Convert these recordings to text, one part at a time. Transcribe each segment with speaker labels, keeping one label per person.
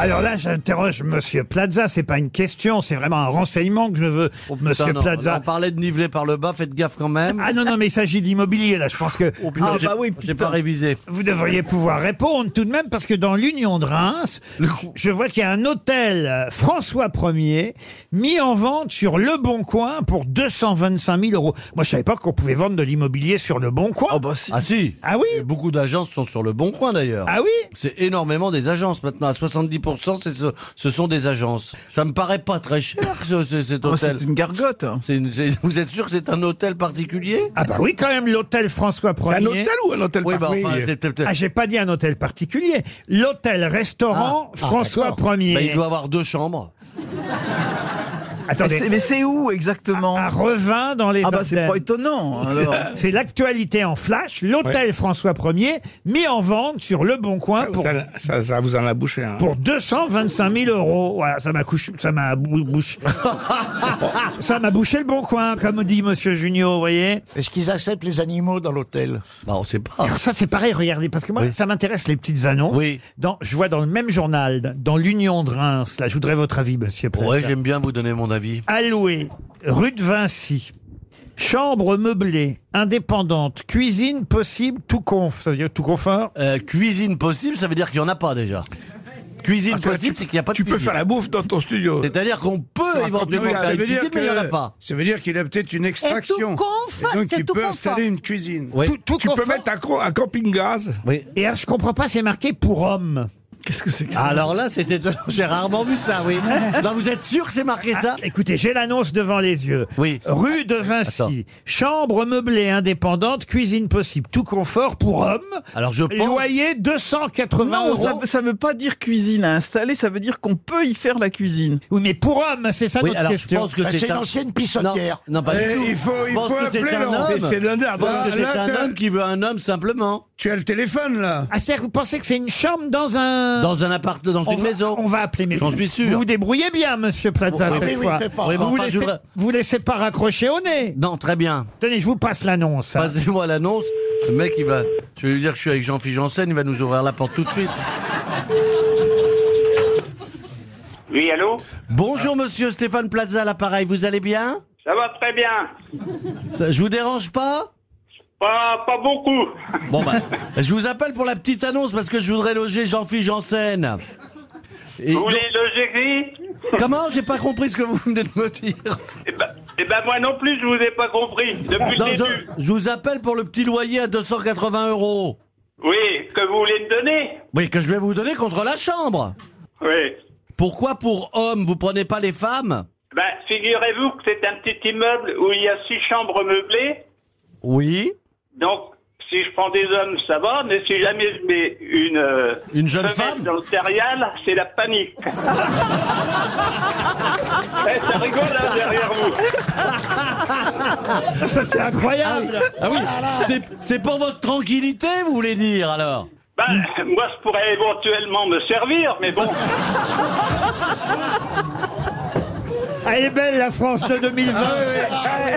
Speaker 1: Alors là, j'interroge Monsieur Plaza. C'est pas une question, c'est vraiment un renseignement que je veux,
Speaker 2: Oh, putain,
Speaker 1: Monsieur
Speaker 2: non.
Speaker 1: Plaza.
Speaker 2: On parlait de niveler par le bas, faites gaffe quand même.
Speaker 1: Ah bah non, non, mais il s'agit d'immobilier, là. Je pense que
Speaker 2: Oh, putain, j'ai- J'ai pas révisé.
Speaker 1: vous devriez pouvoir répondre tout de même, parce que dans l'Union de Reims, je vois qu'il y a un hôtel euh, François 1er mis en vente sur Le Bon Coin pour 225 000 euros. Moi, je savais pas qu'on pouvait vendre de l'immobilier sur Le Bon
Speaker 3: Oh,
Speaker 1: Coin.
Speaker 3: bah,
Speaker 2: Ah si
Speaker 1: Ah oui
Speaker 2: Et Beaucoup d'agences sont sur le bon coin d'ailleurs.
Speaker 1: Ah oui
Speaker 2: C'est énormément des agences maintenant. À 70%, c'est ce, ce sont des agences. Ça me paraît pas très cher, ce- ce- cet hôtel.
Speaker 3: Ah, Bah, c'est une gargote. hein.
Speaker 2: C'est une- c'est- vous êtes sûr que c'est un hôtel particulier
Speaker 1: Ah bah oui, quand même, l'hôtel François 1er.
Speaker 3: Un hôtel ou un hôtel
Speaker 2: Oui, bah,
Speaker 3: parmi
Speaker 2: enfin, c'est peut-être-
Speaker 1: Ah, j'ai pas dit un hôtel particulier. L'hôtel-restaurant
Speaker 2: Ah, ah,
Speaker 1: François
Speaker 2: d'accord.
Speaker 1: 1er.
Speaker 2: Bah, il doit avoir deux chambres.
Speaker 3: Mais
Speaker 1: Attendez,
Speaker 3: c'est- Mais c'est où exactement
Speaker 1: à Revin dans les
Speaker 3: Ah bah c'est
Speaker 1: Ardennes.
Speaker 3: pas étonnant. Alors.
Speaker 1: C'est l'actualité en flash. L'hôtel François 1er mis en vente sur Le Bon Coin pour,
Speaker 4: Ça, ça- ça vous en a bouché. Hein.
Speaker 1: pour 225 000 euros. Voilà, ça m'a couché, ça m'a bou- bouché. ça m'a bouché le Bon Coin, comme dit Monsieur Junio, vous voyez.
Speaker 5: Est-ce qu'ils acceptent les animaux dans l'hôtel
Speaker 2: Bah, on sait pas.
Speaker 1: Alors ça c'est pareil, regardez, parce que moi
Speaker 2: Oui.
Speaker 1: ça m'intéresse les petites annonces.
Speaker 2: Oui.
Speaker 1: Dans, je vois dans le même journal, dans l'Union de Reims, là je voudrais votre avis, monsieur Plaza.
Speaker 2: Ouais, j'aime bien vous donner mon avis.
Speaker 1: Alloué, rue de Vinci. Chambre meublée, indépendante, cuisine possible, tout conf, ça veut dire tout confort.
Speaker 2: Euh, cuisine possible, ça veut dire qu'il n'y en a pas déjà. Cuisine
Speaker 4: Parce que là,
Speaker 2: possible,
Speaker 4: Ah, tu-
Speaker 2: c'est qu'il n'y a pas de
Speaker 4: Tu peux
Speaker 2: cuisine.
Speaker 4: faire la bouffe dans ton studio. Ah,
Speaker 2: C'est-à-dire qu'on peut éventuellement
Speaker 4: Oui,
Speaker 2: faire
Speaker 4: ça
Speaker 2: une
Speaker 4: veut dire
Speaker 2: cuisine, mais il n'y en a
Speaker 4: que-
Speaker 2: pas.
Speaker 4: Ça veut dire qu'il a peut-être une
Speaker 6: Et
Speaker 4: extraction.
Speaker 6: tout conf,
Speaker 4: Et donc
Speaker 6: c'est
Speaker 4: tu
Speaker 6: tout
Speaker 4: peux
Speaker 6: confort.
Speaker 4: installer une cuisine.
Speaker 2: Oui.
Speaker 1: Tout, tout
Speaker 4: Tu peux
Speaker 1: confort.
Speaker 4: mettre un, cro- un camping-gaz.
Speaker 2: Oui.
Speaker 1: Et alors je comprends pas, c'est marqué pour homme.
Speaker 3: Qu'est-ce que c'est que ça
Speaker 2: Alors là, c'était j'ai rarement vu ça, oui. Non, vous êtes sûr que c'est marqué ça
Speaker 1: Écoutez, j'ai l'annonce devant les yeux.
Speaker 2: Oui.
Speaker 1: Rue de Vinci,
Speaker 2: Attends.
Speaker 1: chambre meublée indépendante, cuisine possible, tout confort pour homme.
Speaker 2: Alors je pense.
Speaker 1: Loyer 280
Speaker 3: Non, ça,
Speaker 1: euros.
Speaker 3: ça veut pas dire cuisine à installer, ça veut dire qu'on peut y faire la cuisine.
Speaker 1: Oui, mais pour homme, c'est ça
Speaker 2: Oui,
Speaker 1: notre
Speaker 2: alors je
Speaker 1: question.
Speaker 2: pense que
Speaker 5: Bah,
Speaker 2: c'est
Speaker 5: C'est une
Speaker 2: un.
Speaker 5: ancienne
Speaker 2: Non,
Speaker 5: pissonnière.
Speaker 2: non, pas
Speaker 4: Eh,
Speaker 2: du tout.
Speaker 4: il faut,
Speaker 2: Je
Speaker 4: il
Speaker 2: pense
Speaker 4: faut Bah,
Speaker 2: que c'est
Speaker 4: appeler
Speaker 2: un
Speaker 4: l'homme.
Speaker 2: homme.
Speaker 4: C'est- C'est l'un
Speaker 2: Je pense que c'est un homme qui veut un homme simplement.
Speaker 4: Tu as le téléphone là.
Speaker 1: Ah, c'est-à-dire que vous pensez que c'est une chambre dans un...
Speaker 2: Dans un appart, dans
Speaker 1: on
Speaker 2: une
Speaker 1: va,
Speaker 2: maison.
Speaker 1: On va appeler mes...
Speaker 2: J'en suis sûr.
Speaker 1: Vous vous débrouillez bien, monsieur Plaza,
Speaker 5: Oui,
Speaker 1: cette
Speaker 5: oui, oui,
Speaker 1: fois.
Speaker 5: fais pas.
Speaker 2: Oui, mais
Speaker 1: vous,
Speaker 2: enfin, je
Speaker 1: laissez,
Speaker 2: voudrais-
Speaker 1: vous laissez pas raccrocher au nez.
Speaker 2: Non, très bien.
Speaker 1: Tenez, je vous passe l'annonce. hein.
Speaker 2: Passez-moi l'annonce. Le mec, il va. Je vais lui dire que je suis avec Jean-Philippe Janssen, il va nous ouvrir la porte tout de suite.
Speaker 7: Oui, allô
Speaker 2: Bonjour monsieur Stéphane Plaza à l'appareil, vous allez bien
Speaker 7: Ça va très bien.
Speaker 2: Ça- Je vous dérange pas
Speaker 7: Pas, pas beaucoup.
Speaker 2: Bon bah, je vous appelle pour la petite annonce parce que je voudrais loger Jean-Philippe Janssen. Et
Speaker 7: Vous
Speaker 2: donc-
Speaker 7: voulez loger qui
Speaker 2: Comment J'ai pas compris ce que vous venez de me dire.
Speaker 7: eh ben, eh ben, moi non plus, je vous ai pas compris. Depuis
Speaker 2: Non,
Speaker 7: le
Speaker 2: je,
Speaker 7: début.
Speaker 2: je vous appelle pour le petit loyer à 280 euros.
Speaker 7: Oui, que vous voulez me donner
Speaker 2: Oui, que je vais vous donner contre la chambre.
Speaker 7: Oui. Eh
Speaker 2: Pourquoi pour hommes, vous prenez pas les femmes
Speaker 7: Ben, figurez-vous que c'est un petit immeuble où il y a six chambres meublées.
Speaker 2: Oui.
Speaker 7: Donc, si je prends des hommes, ça va, mais si jamais je mets une, euh,
Speaker 2: Une jeune
Speaker 7: femelle
Speaker 2: femme
Speaker 7: dans le céréal, c'est la panique. Eh, ça rigole hein, derrière vous.
Speaker 1: Ça, c'est incroyable.
Speaker 2: Ah oui c'est- C'est pour votre tranquillité, vous voulez dire, alors
Speaker 7: Ben, moi, je pourrais éventuellement me servir, mais bon.
Speaker 1: Ah, Elle est belle, la France de 2020.
Speaker 2: Ah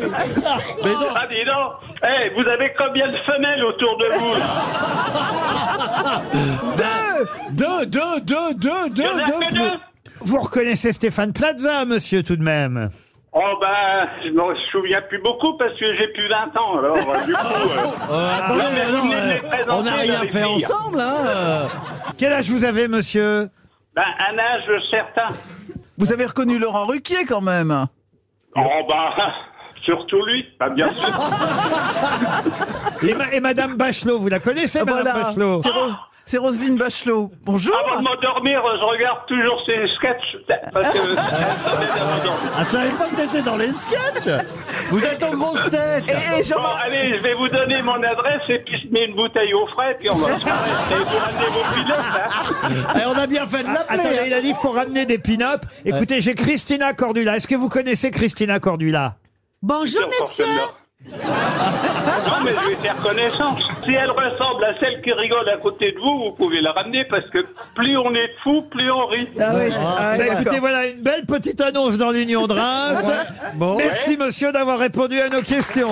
Speaker 2: Mais non,
Speaker 7: Ah, dis donc Eh, vous avez combien de femelles autour de vous là
Speaker 2: Deux, deux, deux, deux, deux,
Speaker 7: Il y en a que
Speaker 2: deux.
Speaker 7: deux
Speaker 1: Vous reconnaissez Stéphane Plaza, monsieur, tout de même.
Speaker 7: Oh, ben, je me souviens plus beaucoup parce que j'ai plus 20 ans, alors, euh, du coup... euh,
Speaker 2: Euh, attendez,
Speaker 7: Ah, mais
Speaker 2: mais non,
Speaker 7: vous venez de
Speaker 2: euh,
Speaker 7: les présenter,
Speaker 2: on n'a rien
Speaker 7: les
Speaker 2: fait
Speaker 7: filles.
Speaker 2: ensemble, hein euh.
Speaker 1: Quel âge vous avez, monsieur
Speaker 7: ben, un âge certain.
Speaker 2: Ah.
Speaker 3: Vous avez reconnu Laurent Ruquier quand même. Ah,
Speaker 7: Oh, ben, surtout lui, ben, bien sûr.
Speaker 1: et, ma- et Madame Bachelot, vous la connaissez, Madame
Speaker 3: Voilà,
Speaker 1: Bachelot Ah,
Speaker 3: c'est Ro- c'est Roselyne Bachelot. Bonjour.
Speaker 7: Avant de m'endormir, je regarde toujours ses sketchs, parce que...
Speaker 2: Ah, je savais pas que t'étais dans les sketchs Vous êtes en grosse tête
Speaker 3: Et, et
Speaker 7: Bon,
Speaker 3: Jean-Marc
Speaker 7: allez, je vais vous donner mon adresse et puis je mets une bouteille au frais, puis on va se faire et vous ramenez vos pilotes, hein.
Speaker 2: Et Eh, on a bien fait de l'appeler
Speaker 1: Ah,
Speaker 2: hein.
Speaker 1: Attendez, il a dit qu'il faut ramener des pin-up. Écoutez, j'ai Christina Cordula. Est-ce que vous connaissez Christina Cordula
Speaker 6: Bonjour,
Speaker 7: Encore
Speaker 6: messieurs.
Speaker 7: celle-là. Non, mais je vais faire connaissance. Si elle ressemble à celle qui rigole à côté de vous, vous pouvez la ramener parce que plus on est fou, plus on rit.
Speaker 3: Ah oui, ah oui,
Speaker 1: Bah,
Speaker 3: d'accord.
Speaker 1: Écoutez, voilà une belle petite annonce dans l'Union de Reims. Merci, monsieur, d'avoir répondu à nos questions.